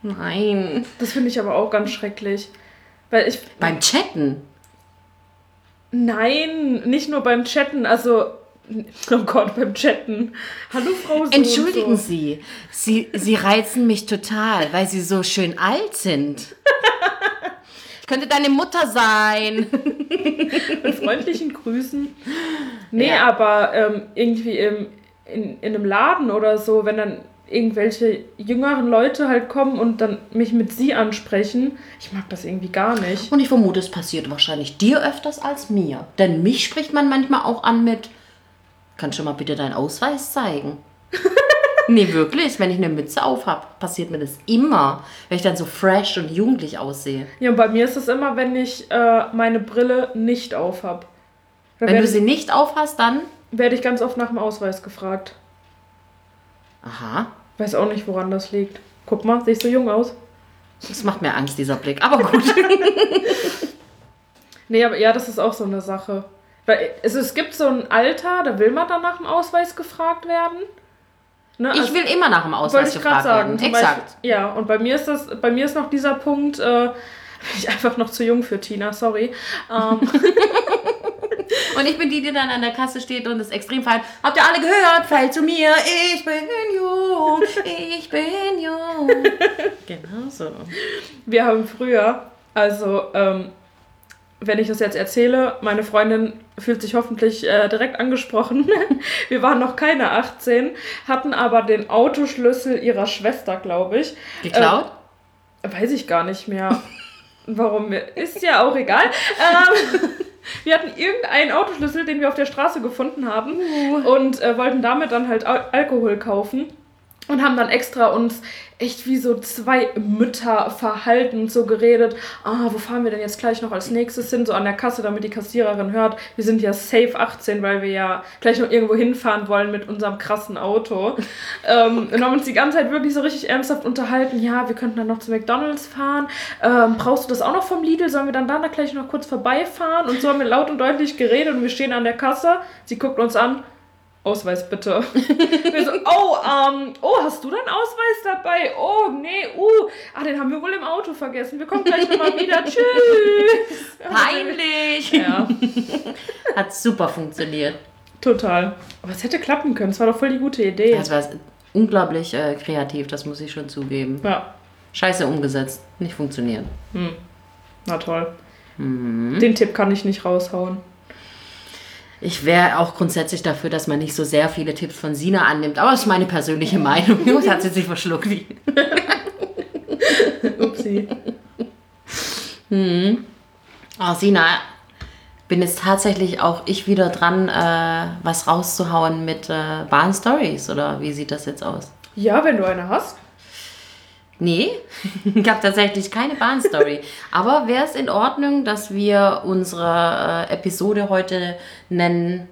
[SPEAKER 1] Nein.
[SPEAKER 2] Das finde ich aber auch ganz schrecklich. Weil ich.
[SPEAKER 1] Beim Chatten.
[SPEAKER 2] Nein, nicht nur beim Chatten, also. Oh Gott, beim Chatten. Hallo Frau so
[SPEAKER 1] Entschuldigen
[SPEAKER 2] und so.
[SPEAKER 1] Sie, Sie, Sie reizen mich total, weil Sie so schön alt sind. Ich könnte deine Mutter sein.
[SPEAKER 2] Mit freundlichen Grüßen. Nee,
[SPEAKER 1] Ja.
[SPEAKER 2] aber ähm, irgendwie im, in, in einem Laden oder so, wenn dann irgendwelche jüngeren Leute halt kommen und dann mich mit sie ansprechen. Ich mag das irgendwie gar nicht.
[SPEAKER 1] Und ich vermute, es passiert wahrscheinlich dir öfters als mir. Denn mich spricht man manchmal auch an mit, kannst du mal bitte deinen Ausweis zeigen? nee, wirklich, wenn ich eine Mütze auf habe, passiert mir das immer, wenn ich dann so fresh und jugendlich aussehe.
[SPEAKER 2] Ja, und bei mir ist es immer, wenn ich äh, meine Brille nicht auf habe.
[SPEAKER 1] Wenn du sie nicht aufhast, dann
[SPEAKER 2] werde ich ganz oft nach dem Ausweis gefragt.
[SPEAKER 1] Aha.
[SPEAKER 2] Weiß auch nicht, woran das liegt. Guck mal, sehe ich so jung aus?
[SPEAKER 1] Das macht mir Angst, dieser Blick. Aber gut.
[SPEAKER 2] Nee, aber ja, das ist auch so eine Sache. Weil es, es gibt so ein Alter, da will man dann nach dem Ausweis gefragt werden. Ne,
[SPEAKER 1] Ich
[SPEAKER 2] also-
[SPEAKER 1] will immer nach dem
[SPEAKER 2] Wollte
[SPEAKER 1] Ausweis
[SPEAKER 2] ich gerade
[SPEAKER 1] gefragt
[SPEAKER 2] sagen.
[SPEAKER 1] werden.
[SPEAKER 2] Zum
[SPEAKER 1] Exakt.
[SPEAKER 2] Beispiel, ja, und bei mir ist das, bei mir ist noch dieser Punkt, äh, bin ich einfach noch zu jung für Tina, sorry. Ähm,
[SPEAKER 1] Und ich bin die, die dann an der Kasse steht und ist extrem fein. Habt ihr alle gehört? Fällt zu mir. Ich bin jung. Ich bin jung. genau so.
[SPEAKER 2] wir haben früher, also ähm, wenn ich das jetzt erzähle, meine Freundin fühlt sich hoffentlich äh, direkt angesprochen. Wir waren noch keine 18, hatten aber den Autoschlüssel ihrer Schwester, glaube ich.
[SPEAKER 1] Geklaut?
[SPEAKER 2] Weiß ich gar nicht mehr. Warum? Ist ja auch egal. Ähm, wir hatten irgendeinen Autoschlüssel, den wir auf der Straße gefunden haben und äh, wollten damit dann halt Al Alkohol kaufen und haben dann extra uns echt wie so zwei Mütter verhalten, so geredet, ah, wo fahren wir denn jetzt gleich noch als nächstes hin, so an der Kasse, damit die Kassiererin hört, wir sind ja safe 18, weil wir ja gleich noch irgendwo hinfahren wollen mit unserem krassen Auto. ähm, und haben uns die ganze Zeit wirklich so richtig ernsthaft unterhalten, ja, wir könnten dann noch zu McDonalds fahren, ähm, brauchst du das auch noch vom Lidl, sollen wir dann da noch gleich noch kurz vorbeifahren? Und so haben wir laut und deutlich geredet und wir stehen an der Kasse, sie guckt uns an, Ausweis bitte. Wir so, oh, ähm, oh, hast du deinen Ausweis dabei? Oh, nee, uh, ah, den haben wir wohl im Auto vergessen. Wir kommen gleich nochmal wieder. Tschüss.
[SPEAKER 1] Äh, Peinlich.
[SPEAKER 2] Ja,
[SPEAKER 1] Hat super funktioniert.
[SPEAKER 2] total. Aber es hätte klappen können. Es war doch voll die gute Idee.
[SPEAKER 1] Das war unglaublich äh, kreativ, das muss ich schon zugeben.
[SPEAKER 2] Ja,
[SPEAKER 1] Scheiße umgesetzt, nicht funktioniert.
[SPEAKER 2] na toll. Den Tipp kann ich nicht raushauen.
[SPEAKER 1] Ich wäre auch grundsätzlich dafür, dass man nicht so sehr viele Tipps von Sina annimmt, aber das ist meine persönliche Meinung. Das hat sie sich verschluckt.
[SPEAKER 2] Upsi.
[SPEAKER 1] Oh, Sina, bin jetzt tatsächlich auch ich wieder dran, äh, was rauszuhauen mit äh, Bahn-Stories oder wie sieht das jetzt aus?
[SPEAKER 2] Ja, wenn du eine hast.
[SPEAKER 1] Nee, ich habe tatsächlich keine Bahnstory. Aber wäre es in Ordnung, dass wir unsere äh, Episode heute nennen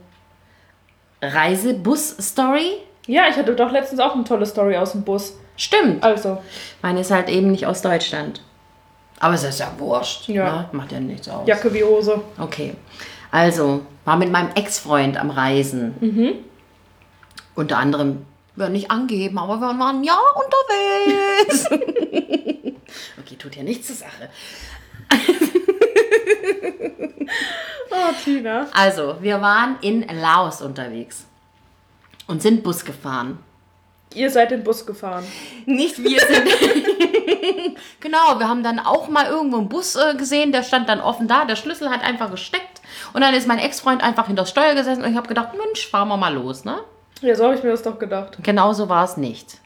[SPEAKER 1] Reisebus-Story?
[SPEAKER 2] Ja, ich hatte doch letztens auch eine tolle Story aus dem Bus.
[SPEAKER 1] Stimmt.
[SPEAKER 2] Also,
[SPEAKER 1] Meine ist halt eben nicht aus Deutschland. Aber es ist ja wurscht.
[SPEAKER 2] Ja.
[SPEAKER 1] Ne? Macht ja nichts aus.
[SPEAKER 2] Jacke wie Hose.
[SPEAKER 1] Okay. Also, war mit meinem Ex-Freund am Reisen. Unter anderem, wir haben nicht angegeben, aber wir waren ja unterwegs. okay, tut ja nichts zur Sache.
[SPEAKER 2] Oh, Tina.
[SPEAKER 1] Also, wir waren in Laos unterwegs und sind Bus gefahren.
[SPEAKER 2] Ihr seid den Bus gefahren.
[SPEAKER 1] Nicht wir sind. genau, wir haben dann auch mal irgendwo einen Bus äh, gesehen, der stand dann offen da, der Schlüssel hat einfach gesteckt und dann ist mein Ex-Freund einfach hinter das Steuer gesessen und ich habe gedacht, Mensch, fahren wir mal los, ne?
[SPEAKER 2] Ja, so habe ich mir das doch gedacht.
[SPEAKER 1] Genauso Genau war es nicht.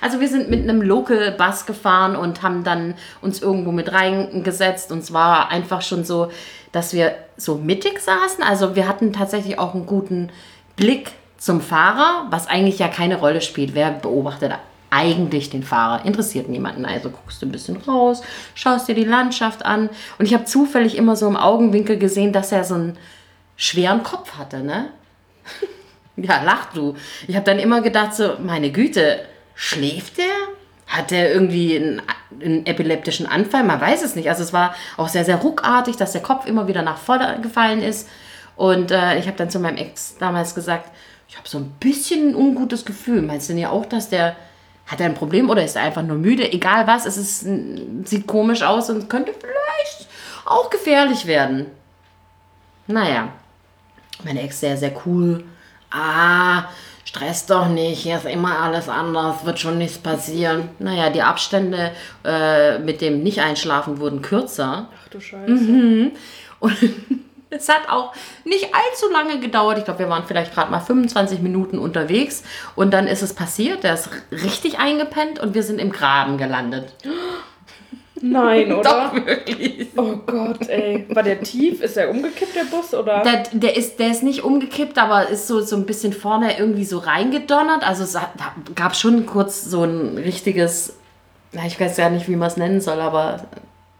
[SPEAKER 1] also wir sind mit einem Local Bus gefahren und haben dann uns irgendwo mit reingesetzt und es war einfach schon so, dass wir so mittig saßen. Also wir hatten tatsächlich auch einen guten Blick zum Fahrer, was eigentlich ja keine Rolle spielt. Wer beobachtet eigentlich den Fahrer? Interessiert niemanden. Also guckst du ein bisschen raus, schaust dir die Landschaft an und ich habe zufällig immer so im Augenwinkel gesehen, dass er so einen schweren Kopf hatte, ne? Ja, lach du. Ich habe dann immer gedacht, so, meine Güte, schläft der? Hat der irgendwie einen, einen epileptischen Anfall? Man weiß es nicht. Also es war auch sehr, sehr ruckartig, dass der Kopf immer wieder nach vorne gefallen ist. Und äh, ich habe dann zu meinem Ex damals gesagt, ich habe so ein bisschen ein ungutes Gefühl. Meinst du denn ja auch, dass der, hat er ein Problem oder ist er einfach nur müde? Egal was, es ist, sieht komisch aus und könnte vielleicht auch gefährlich werden. Naja, meine Ex sehr, sehr cool. Ah, Stress doch nicht, hier ist immer alles anders, wird schon nichts passieren. Naja, die Abstände äh, mit dem Nicht-Einschlafen wurden kürzer.
[SPEAKER 2] Ach du Scheiße.
[SPEAKER 1] Und es hat auch nicht allzu lange gedauert. Ich glaube, wir waren vielleicht gerade mal 25 Minuten unterwegs. Und dann ist es passiert, der ist richtig eingepennt und wir sind im Graben gelandet.
[SPEAKER 2] Nein, oder?
[SPEAKER 1] Doch, wirklich.
[SPEAKER 2] Oh Gott, ey. War der tief? Ist der umgekippt, der Bus? Oder?
[SPEAKER 1] Der, der, ist, der ist nicht umgekippt, aber ist so, so ein bisschen vorne irgendwie so reingedonnert. Also es hat- gab schon kurz so ein richtiges, na, ich weiß ja nicht, wie man es nennen soll, aber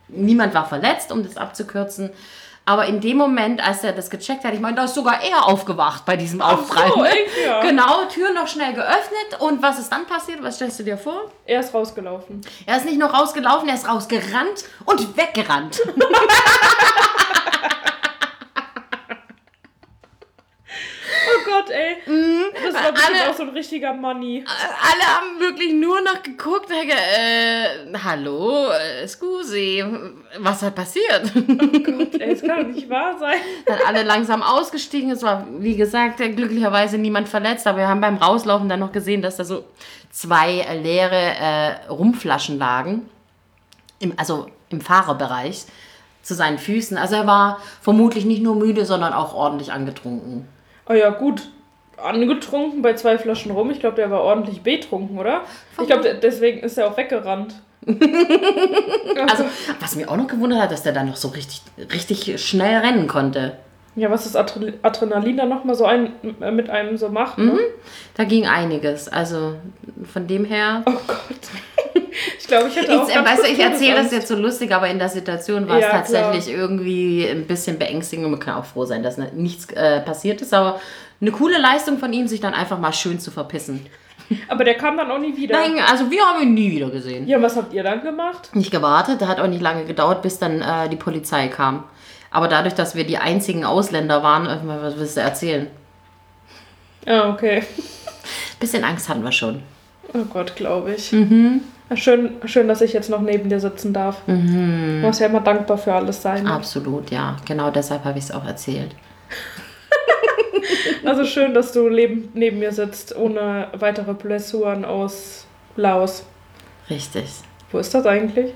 [SPEAKER 1] niemand war verletzt, um das abzukürzen. Aber in dem Moment, als er das gecheckt hat, ich meine, da ist sogar er aufgewacht bei diesem Aufprall. ne?
[SPEAKER 2] so, echt, ja.
[SPEAKER 1] Genau, Tür noch schnell geöffnet. Und was ist dann passiert? Was stellst du dir vor?
[SPEAKER 2] Er ist rausgelaufen.
[SPEAKER 1] Er ist nicht nur rausgelaufen, er ist rausgerannt und weggerannt.
[SPEAKER 2] Oh Gott, ey. Das war bestimmt auch so ein richtiger Money.
[SPEAKER 1] Alle haben wirklich nur noch geguckt. und haben ge- Äh, hallo, äh, scusi, was hat passiert?
[SPEAKER 2] Ey, das kann doch nicht wahr sein.
[SPEAKER 1] dann alle langsam ausgestiegen. Es war, wie gesagt, äh, glücklicherweise niemand verletzt, aber wir haben beim Rauslaufen dann noch gesehen, dass da so zwei äh, leere äh, Rumflaschen lagen, im, also im Fahrerbereich, zu seinen Füßen. Also er war vermutlich nicht nur müde, sondern auch ordentlich angetrunken.
[SPEAKER 2] Oh ja, gut. Angetrunken bei zwei Flaschen rum. Ich glaube, der war ordentlich betrunken, oder? Ich glaube, deswegen ist er auch weggerannt.
[SPEAKER 1] Also, was mir auch noch gewundert hat, dass der dann noch so richtig, richtig schnell rennen konnte.
[SPEAKER 2] Ja, was das Adre- Adrenalin dann nochmal so ein, äh, mit einem so macht. Ne?
[SPEAKER 1] Da ging einiges. Also von dem her.
[SPEAKER 2] Oh Gott. Ich glaube, äh, ich hätte auch.
[SPEAKER 1] Ich,
[SPEAKER 2] ganz
[SPEAKER 1] weißt du, ich
[SPEAKER 2] kurz
[SPEAKER 1] erzähle das
[SPEAKER 2] Todesangst.
[SPEAKER 1] jetzt so lustig, aber in der Situation war es
[SPEAKER 2] Ja, klar.
[SPEAKER 1] tatsächlich irgendwie ein bisschen beängstigend und man kann auch froh sein, dass nichts äh, passiert ist, aber eine coole Leistung von ihm, sich dann einfach mal schön zu verpissen.
[SPEAKER 2] Aber der kam dann auch nie wieder.
[SPEAKER 1] Nein, also wir haben ihn nie wieder gesehen.
[SPEAKER 2] Ja, was habt ihr dann gemacht?
[SPEAKER 1] Nicht gewartet, da hat auch nicht lange gedauert, bis dann äh, die Polizei kam. Aber dadurch, dass wir die einzigen Ausländer waren, äh, was willst du erzählen?
[SPEAKER 2] Ah, okay.
[SPEAKER 1] Bisschen Angst hatten wir schon.
[SPEAKER 2] Oh Gott, glaube ich.
[SPEAKER 1] Mhm.
[SPEAKER 2] Ja, Schön, schön, dass ich jetzt noch neben dir sitzen darf. Du musst ja immer dankbar für alles sein.
[SPEAKER 1] Mhm. Absolut, ja. Genau deshalb habe ich es auch erzählt.
[SPEAKER 2] Also schön, dass du leben, neben mir sitzt, ohne weitere Blessuren aus Laos.
[SPEAKER 1] Richtig.
[SPEAKER 2] Wo ist das eigentlich?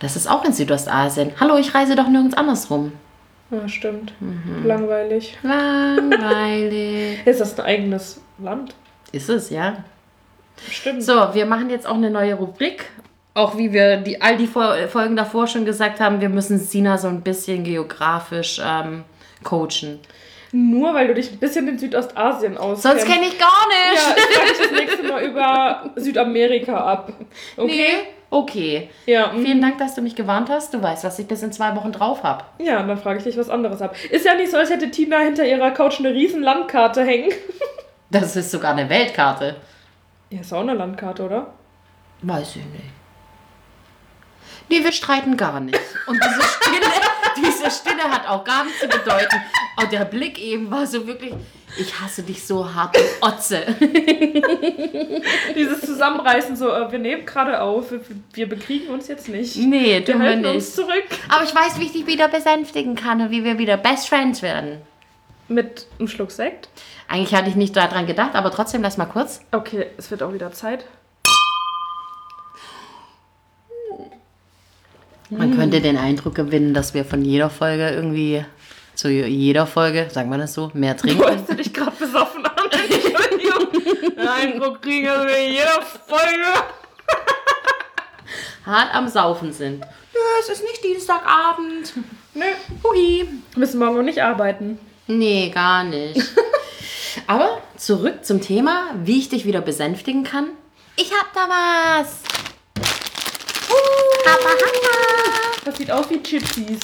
[SPEAKER 1] Das ist auch in Südostasien. Hallo, ich reise doch nirgends anders rum.
[SPEAKER 2] Ah, stimmt.
[SPEAKER 1] Mhm.
[SPEAKER 2] Langweilig.
[SPEAKER 1] Langweilig.
[SPEAKER 2] Ist das ein eigenes Land?
[SPEAKER 1] Ist es, ja.
[SPEAKER 2] Stimmt.
[SPEAKER 1] So, wir machen jetzt auch eine neue Rubrik. Auch wie wir die, all die Fol- Folgen davor schon gesagt haben, wir müssen Sina so ein bisschen geografisch ähm, coachen.
[SPEAKER 2] Nur weil du dich ein bisschen in Südostasien auskennst.
[SPEAKER 1] Sonst kenne ich gar
[SPEAKER 2] Ja,
[SPEAKER 1] nicht.
[SPEAKER 2] frag ich das nächste Mal über Südamerika ab. Okay?
[SPEAKER 1] Nee. Okay.
[SPEAKER 2] Ja. mhm.
[SPEAKER 1] Vielen Dank, dass du mich gewarnt hast. Du weißt, was ich bis in zwei Wochen drauf habe.
[SPEAKER 2] Ja, und dann frage ich dich was anderes ab. Ist ja nicht so, als hätte Tina hinter ihrer Couch eine riesen Landkarte hängen.
[SPEAKER 1] Das ist sogar eine Weltkarte.
[SPEAKER 2] Ja, ist auch eine Landkarte, oder?
[SPEAKER 1] Weiß ich nicht. Nee, wir streiten gar nicht. Und diese Stille, diese Stille hat auch gar nichts zu bedeuten. Und der Blick eben war so wirklich, ich hasse dich so hart, du Otze.
[SPEAKER 2] Dieses Zusammenreißen, so, äh, wir nehmen gerade auf, wir, wir bekriegen uns jetzt nicht.
[SPEAKER 1] Nee,
[SPEAKER 2] Wir
[SPEAKER 1] tun wir
[SPEAKER 2] halten uns
[SPEAKER 1] nicht.
[SPEAKER 2] zurück.
[SPEAKER 1] Aber ich weiß, wie ich dich wieder besänftigen kann und wie wir wieder Best Friends werden.
[SPEAKER 2] Mit einem Schluck Sekt.
[SPEAKER 1] Eigentlich hatte ich nicht daran gedacht, aber trotzdem, lass mal kurz.
[SPEAKER 2] Okay, es wird auch wieder Zeit.
[SPEAKER 1] Man könnte den Eindruck gewinnen, dass wir von jeder Folge irgendwie, zu jeder Folge, sagen wir das so, mehr trinken.
[SPEAKER 2] Hörst du dich gerade besoffen an? Entschuldigung. Nein, Druck kriegen wir in jeder Folge.
[SPEAKER 1] Hart am Saufen sind. Nö, es ist nicht Dienstagabend.
[SPEAKER 2] Nö,
[SPEAKER 1] Hui.
[SPEAKER 2] müssen morgen noch nicht arbeiten.
[SPEAKER 1] Nee, gar nicht. Aber zurück zum Thema, wie ich dich wieder besänftigen kann. Ich hab da was. Happa, happa.
[SPEAKER 2] Das sieht aus wie Chipsies.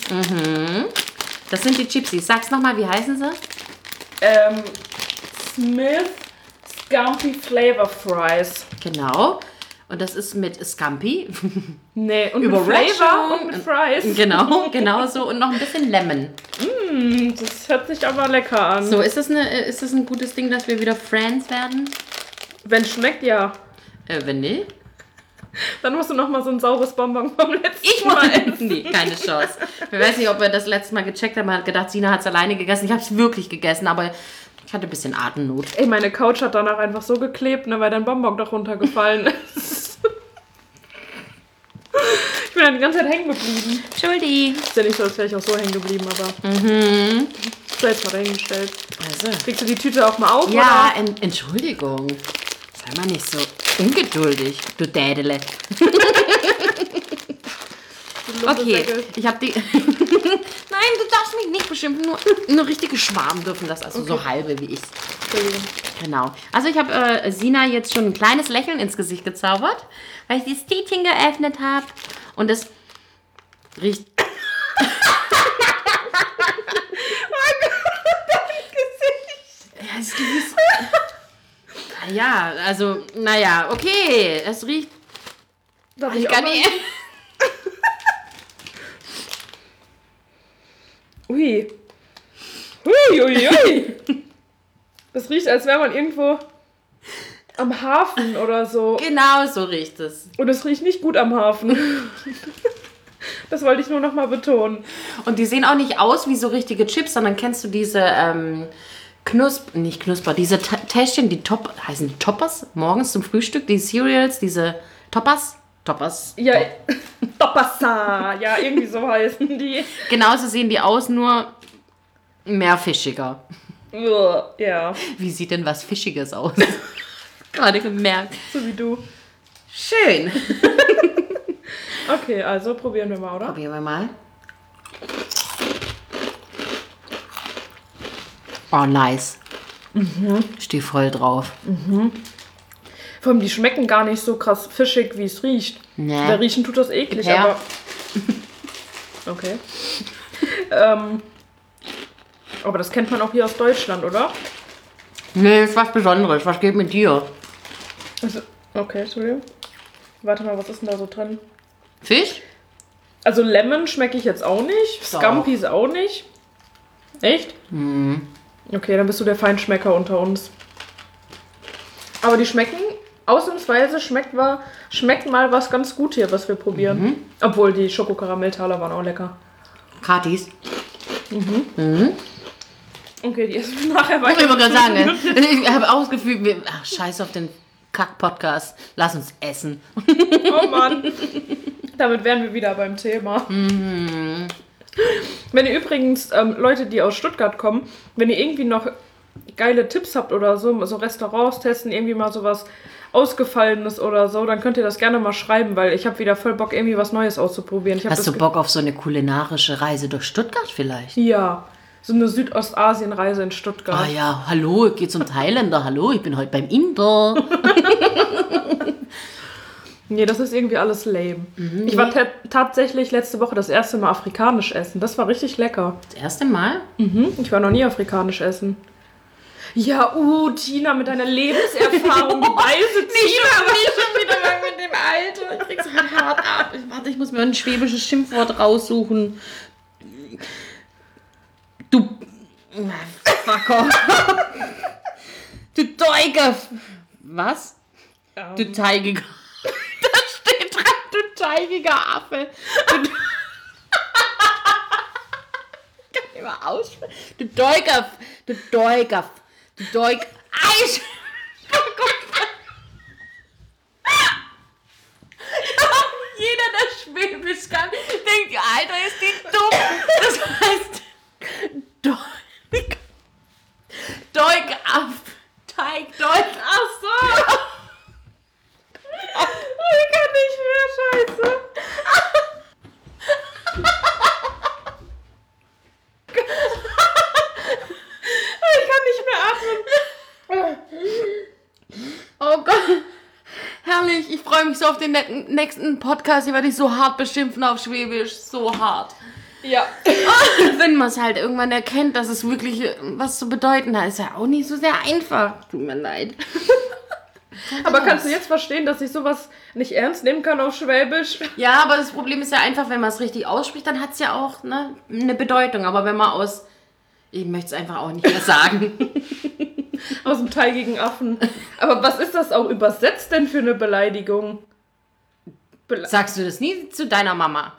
[SPEAKER 1] Das sind die Gypsies. Sag's nochmal, wie heißen sie?
[SPEAKER 2] Ähm, Smith Scumpy Flavor Fries.
[SPEAKER 1] Genau. Und das ist mit Scampi.
[SPEAKER 2] Nee, und mit
[SPEAKER 1] Überraschung.
[SPEAKER 2] Flavor und mit Fries.
[SPEAKER 1] genau, genau so. Und noch ein bisschen Lemon.
[SPEAKER 2] Das hört sich aber lecker an.
[SPEAKER 1] So, ist das, eine, äh, ist das ein gutes Ding, dass wir wieder Friends werden?
[SPEAKER 2] Wenn schmeckt, ja.
[SPEAKER 1] Äh, wenn nicht?
[SPEAKER 2] Dann musst du noch mal so ein saures Bonbon vom letzten Mal essen.
[SPEAKER 1] Nee, keine Chance. Ich weiß nicht, ob wir das letzte Mal gecheckt haben. Man hat gedacht, Sina hat's alleine gegessen. Ich habe es wirklich gegessen, aber ich hatte ein bisschen Atemnot.
[SPEAKER 2] Ey, meine Couch hat danach einfach so geklebt, ne, weil dein Bonbon da runtergefallen ist. Ich bin dann die ganze Zeit hängen geblieben.
[SPEAKER 1] Entschuldi.
[SPEAKER 2] Ist ja nicht so, als wäre ich auch so hängen geblieben, aber. Mhm. So, jetzt mal dahingestellt.
[SPEAKER 1] Also.
[SPEAKER 2] Kriegst du die Tüte auch mal auf?
[SPEAKER 1] Ja, en Entschuldigung. Sei mal nicht so ungeduldig, du Dädele.
[SPEAKER 2] Oder?
[SPEAKER 1] Okay, ich habe die. Nein, du darfst mich nicht beschimpfen. Nur, nur richtige Schwaben dürfen das, also so halbe wie ich.
[SPEAKER 2] Entschuldigung.
[SPEAKER 1] Genau. Also ich habe äh, Sina jetzt schon ein kleines Lächeln ins Gesicht gezaubert, weil ich dieses Tätchen Oh geöffnet habe. Und es riecht. Also, du bist. ja, also, naja, okay. Es riecht.
[SPEAKER 2] Darf
[SPEAKER 1] Ich
[SPEAKER 2] auch
[SPEAKER 1] kann
[SPEAKER 2] mal-
[SPEAKER 1] nicht.
[SPEAKER 2] Ui. Hui, ui, ui. Das riecht, als wäre man irgendwo am Hafen oder so.
[SPEAKER 1] Genau so riecht es.
[SPEAKER 2] Und es riecht nicht gut am Hafen. Das wollte ich nur nochmal betonen.
[SPEAKER 1] Und die sehen auch nicht aus wie so richtige Chips, sondern kennst du diese ähm, Knusp, nicht Knusper, diese Ta- Täschchen, die Top, heißen die Toppers? Morgens zum Frühstück, die Cereals, diese Toppers? Toppers.
[SPEAKER 2] Ja, Doppassa. Ja, irgendwie so heißen die.
[SPEAKER 1] Genauso sehen die aus, nur mehr fischiger.
[SPEAKER 2] Ja,
[SPEAKER 1] Wie sieht denn was Fischiges aus? Gerade gemerkt.
[SPEAKER 2] so wie du.
[SPEAKER 1] Schön.
[SPEAKER 2] Okay, also probieren wir mal, oder?
[SPEAKER 1] Probieren wir mal. Oh, nice. Ich stehe voll drauf.
[SPEAKER 2] Vor allem, die schmecken gar nicht so krass fischig, wie es riecht.
[SPEAKER 1] Nee.
[SPEAKER 2] Der Riechen tut das eklig,
[SPEAKER 1] Gib her.
[SPEAKER 2] aber. Okay. ähm, aber das kennt man auch hier aus Deutschland, oder?
[SPEAKER 1] Nee, ist was Besonderes. Was geht mit dir?
[SPEAKER 2] Also, okay, Entschuldigung. Warte mal, was ist denn da so drin?
[SPEAKER 1] Fisch?
[SPEAKER 2] Also, Lemon schmecke ich jetzt auch nicht.
[SPEAKER 1] Doch.
[SPEAKER 2] Scampis auch nicht. Echt?
[SPEAKER 1] Mhm.
[SPEAKER 2] Okay, dann bist du der Feinschmecker unter uns. Aber die schmecken, ausnahmsweise schmeckt, wa- schmeckt mal was ganz gut hier, was wir probieren.
[SPEAKER 1] Mhm.
[SPEAKER 2] Obwohl die Schokokaramelltaler waren auch lecker.
[SPEAKER 1] Gratis.
[SPEAKER 2] Okay, die essen wir nachher weiter.
[SPEAKER 1] Ich wollte gerade sagen, ne? ey. ich habe auch das Gefühl, wir, ach, scheiß auf den Kack-Podcast. Lass uns essen.
[SPEAKER 2] Oh Mann. Damit wären wir wieder beim Thema.
[SPEAKER 1] Mhm.
[SPEAKER 2] Wenn ihr übrigens ähm, Leute, die aus Stuttgart kommen, wenn ihr irgendwie noch geile Tipps habt oder so, so Restaurants testen, irgendwie mal sowas Ausgefallenes oder so, dann könnt ihr das gerne mal schreiben, weil ich habe wieder voll Bock, irgendwie was Neues auszuprobieren. Ich hab
[SPEAKER 1] Hast
[SPEAKER 2] das
[SPEAKER 1] du
[SPEAKER 2] Ge-
[SPEAKER 1] Bock auf so eine kulinarische Reise durch Stuttgart vielleicht?
[SPEAKER 2] Ja, so eine Südostasienreise in
[SPEAKER 1] Ah
[SPEAKER 2] Stuttgart.
[SPEAKER 1] ja, hallo, ich geh zum Thailänder. Hallo, ich bin heute beim Inder.
[SPEAKER 2] Nee, das ist irgendwie alles lame.
[SPEAKER 1] Mhm.
[SPEAKER 2] Ich war ta- tatsächlich letzte Woche das erste Mal afrikanisch essen. Das war richtig lecker.
[SPEAKER 1] Das erste Mal?
[SPEAKER 2] Mhm, ich war noch nie afrikanisch essen. Ja, uh, Tina, mit deiner Lebenserfahrung, du weise Tina.
[SPEAKER 1] schon wieder lang mit dem Alter. Ich krieg so einen hart ab. Warte, ich muss mir ein schwäbisches Schimpfwort raussuchen. Du. Fuck off. Du Teiger. Was? Du teigiger. Da steht dran, du teigiger Affe. Du, kann ich mal aussprechen. Du Deuger. Du Deuger. Du Deug. Eis. Oh Jeder, der Schwäbisch kann, denkt, ja, Alter, ist die dumm. Das heißt, Deug. Deug ab. Teig, Deug. Ach so. Oh Ich kann nicht mehr, scheiße.
[SPEAKER 2] Ich kann nicht mehr atmen.
[SPEAKER 1] Oh Gott. Herrlich, ich freue mich so auf den netten- nächsten Podcast. Hier werde ich so hart beschimpfen auf Schwäbisch. So hart.
[SPEAKER 2] Ja.
[SPEAKER 1] Wenn man es halt irgendwann erkennt, dass es wirklich äh, was zu bedeuten hat, ist ja auch nicht so sehr einfach. Tut mir leid.
[SPEAKER 2] Aber kannst du jetzt verstehen, dass ich sowas nicht ernst nehmen kann auf Schwäbisch?
[SPEAKER 1] Ja, aber das Problem ist ja einfach, wenn man es richtig ausspricht, dann hat es ja auch ne, eine Bedeutung. Aber wenn man aus. Ich möchte es einfach auch nicht mehr sagen.
[SPEAKER 2] Aus dem teigigen Affen. Aber was ist das auch übersetzt denn für eine Beleidigung? Bele
[SPEAKER 1] Sagst du das nie zu deiner Mama?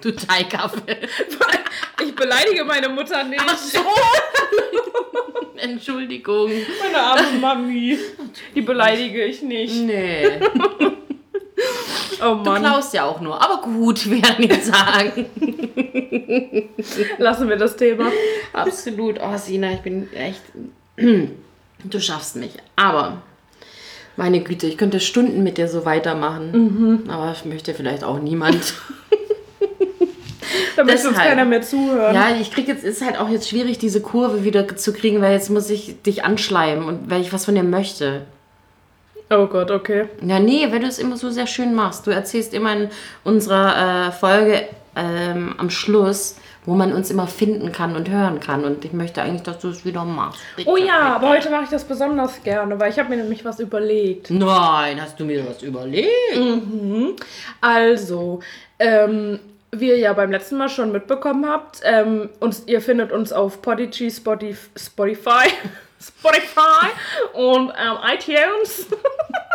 [SPEAKER 1] Du Teigaffe.
[SPEAKER 2] ich beleidige meine Mutter nicht.
[SPEAKER 1] Ach so. Entschuldigung.
[SPEAKER 2] Meine arme Mami. Die beleidige ich nicht.
[SPEAKER 1] Nee.
[SPEAKER 2] Oh Mann.
[SPEAKER 1] Klaus ja auch nur. Aber gut, werden wir sagen.
[SPEAKER 2] Lassen wir das Thema.
[SPEAKER 1] Absolut. Oh, Sina, ich bin echt. Du schaffst mich. Aber, meine Güte, ich könnte Stunden mit dir so weitermachen. Aber das möchte vielleicht auch niemand.
[SPEAKER 2] Damit
[SPEAKER 1] Deshalb.
[SPEAKER 2] uns keiner mehr zuhören.
[SPEAKER 1] ja, ich krieg jetzt, ist halt auch jetzt schwierig, diese Kurve wieder zu kriegen, weil jetzt muss ich dich anschleimen und weil ich was von dir möchte.
[SPEAKER 2] Oh Gott, okay.
[SPEAKER 1] Ja, nee, weil du es immer so sehr schön machst. Du erzählst immer in unserer äh, Folge ähm, am Schluss, wo man uns immer finden kann und hören kann. Und ich möchte eigentlich, dass du es wieder machst. Bitte.
[SPEAKER 2] Oh ja, aber heute mache ich das besonders gerne, weil ich habe mir nämlich was überlegt.
[SPEAKER 1] Nein, hast du mir was überlegt?
[SPEAKER 2] Also, ähm, wie ihr ja beim letzten Mal schon mitbekommen habt, ähm, uns, ihr findet uns auf Podigy, Spotif Spotify, Spotify und ähm, iTunes.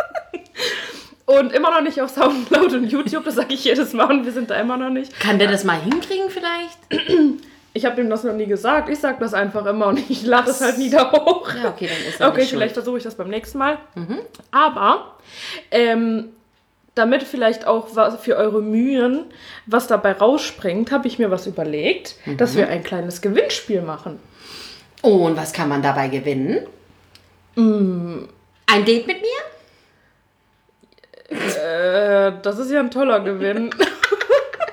[SPEAKER 2] und immer noch nicht auf Soundcloud und YouTube, das sage ich jedes Mal und wir sind da immer noch nicht.
[SPEAKER 1] Kann der das mal hinkriegen vielleicht?
[SPEAKER 2] Ich habe ihm das noch nie gesagt, ich sage das einfach immer und ich lade es halt nie da hoch.
[SPEAKER 1] Ja, okay, dann ist er
[SPEAKER 2] Okay,
[SPEAKER 1] nicht schuld.
[SPEAKER 2] vielleicht versuche ich das beim nächsten Mal. Aber ähm, damit vielleicht auch was für eure Mühen, was dabei rausspringt, habe ich mir was überlegt, dass wir ein kleines Gewinnspiel machen.
[SPEAKER 1] Oh, und was kann man dabei gewinnen? Mm, Ein Date mit mir?
[SPEAKER 2] Äh, das ist ja ein toller Gewinn.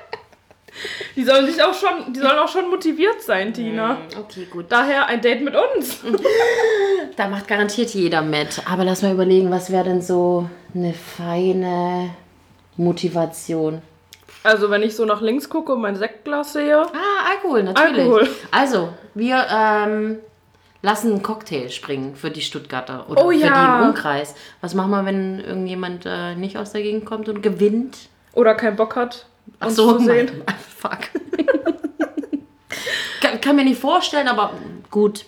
[SPEAKER 2] die sollen sich auch schon, die sollen auch schon motiviert sein, Tina.
[SPEAKER 1] Okay, gut.
[SPEAKER 2] Daher ein Date mit uns.
[SPEAKER 1] Da macht garantiert jeder mit. Aber lass mal überlegen, was wäre denn so eine feine Motivation?
[SPEAKER 2] Also wenn ich so nach links gucke und mein Sektglas sehe.
[SPEAKER 1] Ah, Alkohol, natürlich.
[SPEAKER 2] Alkohol.
[SPEAKER 1] Also, wir ähm, lassen einen Cocktail springen für die Stuttgarter oder
[SPEAKER 2] Oh
[SPEAKER 1] für
[SPEAKER 2] ja.
[SPEAKER 1] die im Umkreis. Was machen wir, wenn irgendjemand äh, nicht aus der Gegend kommt und gewinnt?
[SPEAKER 2] Oder keinen Bock hat,
[SPEAKER 1] Ach
[SPEAKER 2] uns
[SPEAKER 1] so,
[SPEAKER 2] zu sehen.
[SPEAKER 1] Mann, fuck. kann, kann mir nicht vorstellen, aber gut,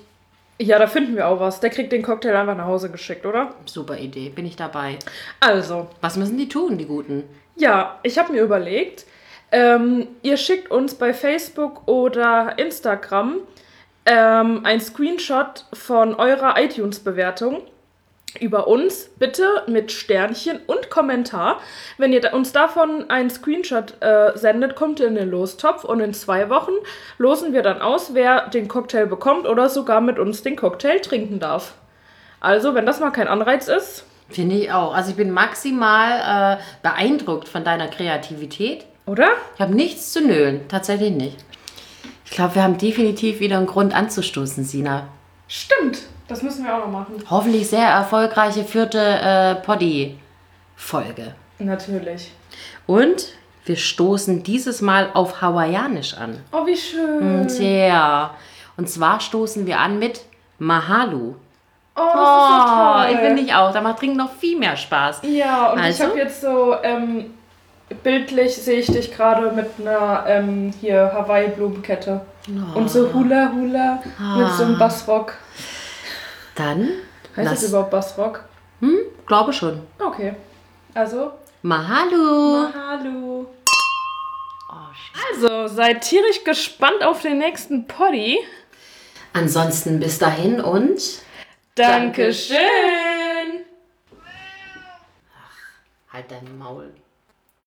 [SPEAKER 2] Ja, da finden wir auch was. Der kriegt den Cocktail einfach nach Hause geschickt, oder?
[SPEAKER 1] super Idee, bin ich dabei.
[SPEAKER 2] Also,
[SPEAKER 1] Was müssen die tun, die Guten?
[SPEAKER 2] ja, ich habe mir überlegt, ähm, ihr schickt uns bei Facebook oder Instagram ähm, ein Screenshot von eurer iTunes-Bewertung über uns, bitte mit Sternchen und Kommentar. Wenn ihr da- uns davon einen Screenshot äh, sendet, kommt ihr in den Lostopf und in zwei Wochen losen wir dann aus, wer den Cocktail bekommt oder sogar mit uns den Cocktail trinken darf. Also, wenn das mal kein Anreiz ist,
[SPEAKER 1] Finde ich auch. Also ich bin maximal äh, beeindruckt von deiner Kreativität.
[SPEAKER 2] oder?
[SPEAKER 1] Ich habe nichts zu nölen, tatsächlich nicht. Ich glaube, wir haben definitiv wieder einen Grund anzustoßen, Sina.
[SPEAKER 2] Stimmt, das müssen wir auch noch machen.
[SPEAKER 1] Hoffentlich sehr erfolgreiche vierte äh, Poddy-Folge.
[SPEAKER 2] Natürlich.
[SPEAKER 1] Und wir stoßen dieses Mal auf Hawaiianisch an.
[SPEAKER 2] Oh, wie schön.
[SPEAKER 1] Und ja, und zwar stoßen wir an mit Mahalu.
[SPEAKER 2] Oh, das ist so toll.
[SPEAKER 1] Oh, ich finde ich auch. Da macht Trinken noch viel mehr Spaß.
[SPEAKER 2] Ja, und
[SPEAKER 1] Also?
[SPEAKER 2] ich habe jetzt so, ähm, bildlich sehe ich dich gerade mit einer, ähm, hier, Hawaii-Blumenkette.
[SPEAKER 1] Oh.
[SPEAKER 2] Und so Hula Hula mit so einem Bassrock.
[SPEAKER 1] Dann,
[SPEAKER 2] Heißt das,
[SPEAKER 1] Ah. lass-
[SPEAKER 2] überhaupt Bassrock?
[SPEAKER 1] glaube schon.
[SPEAKER 2] Okay. Also,
[SPEAKER 1] Mahalu.
[SPEAKER 2] hallo.
[SPEAKER 1] Oh, shit.
[SPEAKER 2] Also, seid tierisch gespannt auf den nächsten Poddy.
[SPEAKER 1] Ansonsten bis dahin und
[SPEAKER 2] Dankeschön.
[SPEAKER 1] halt dein Maul.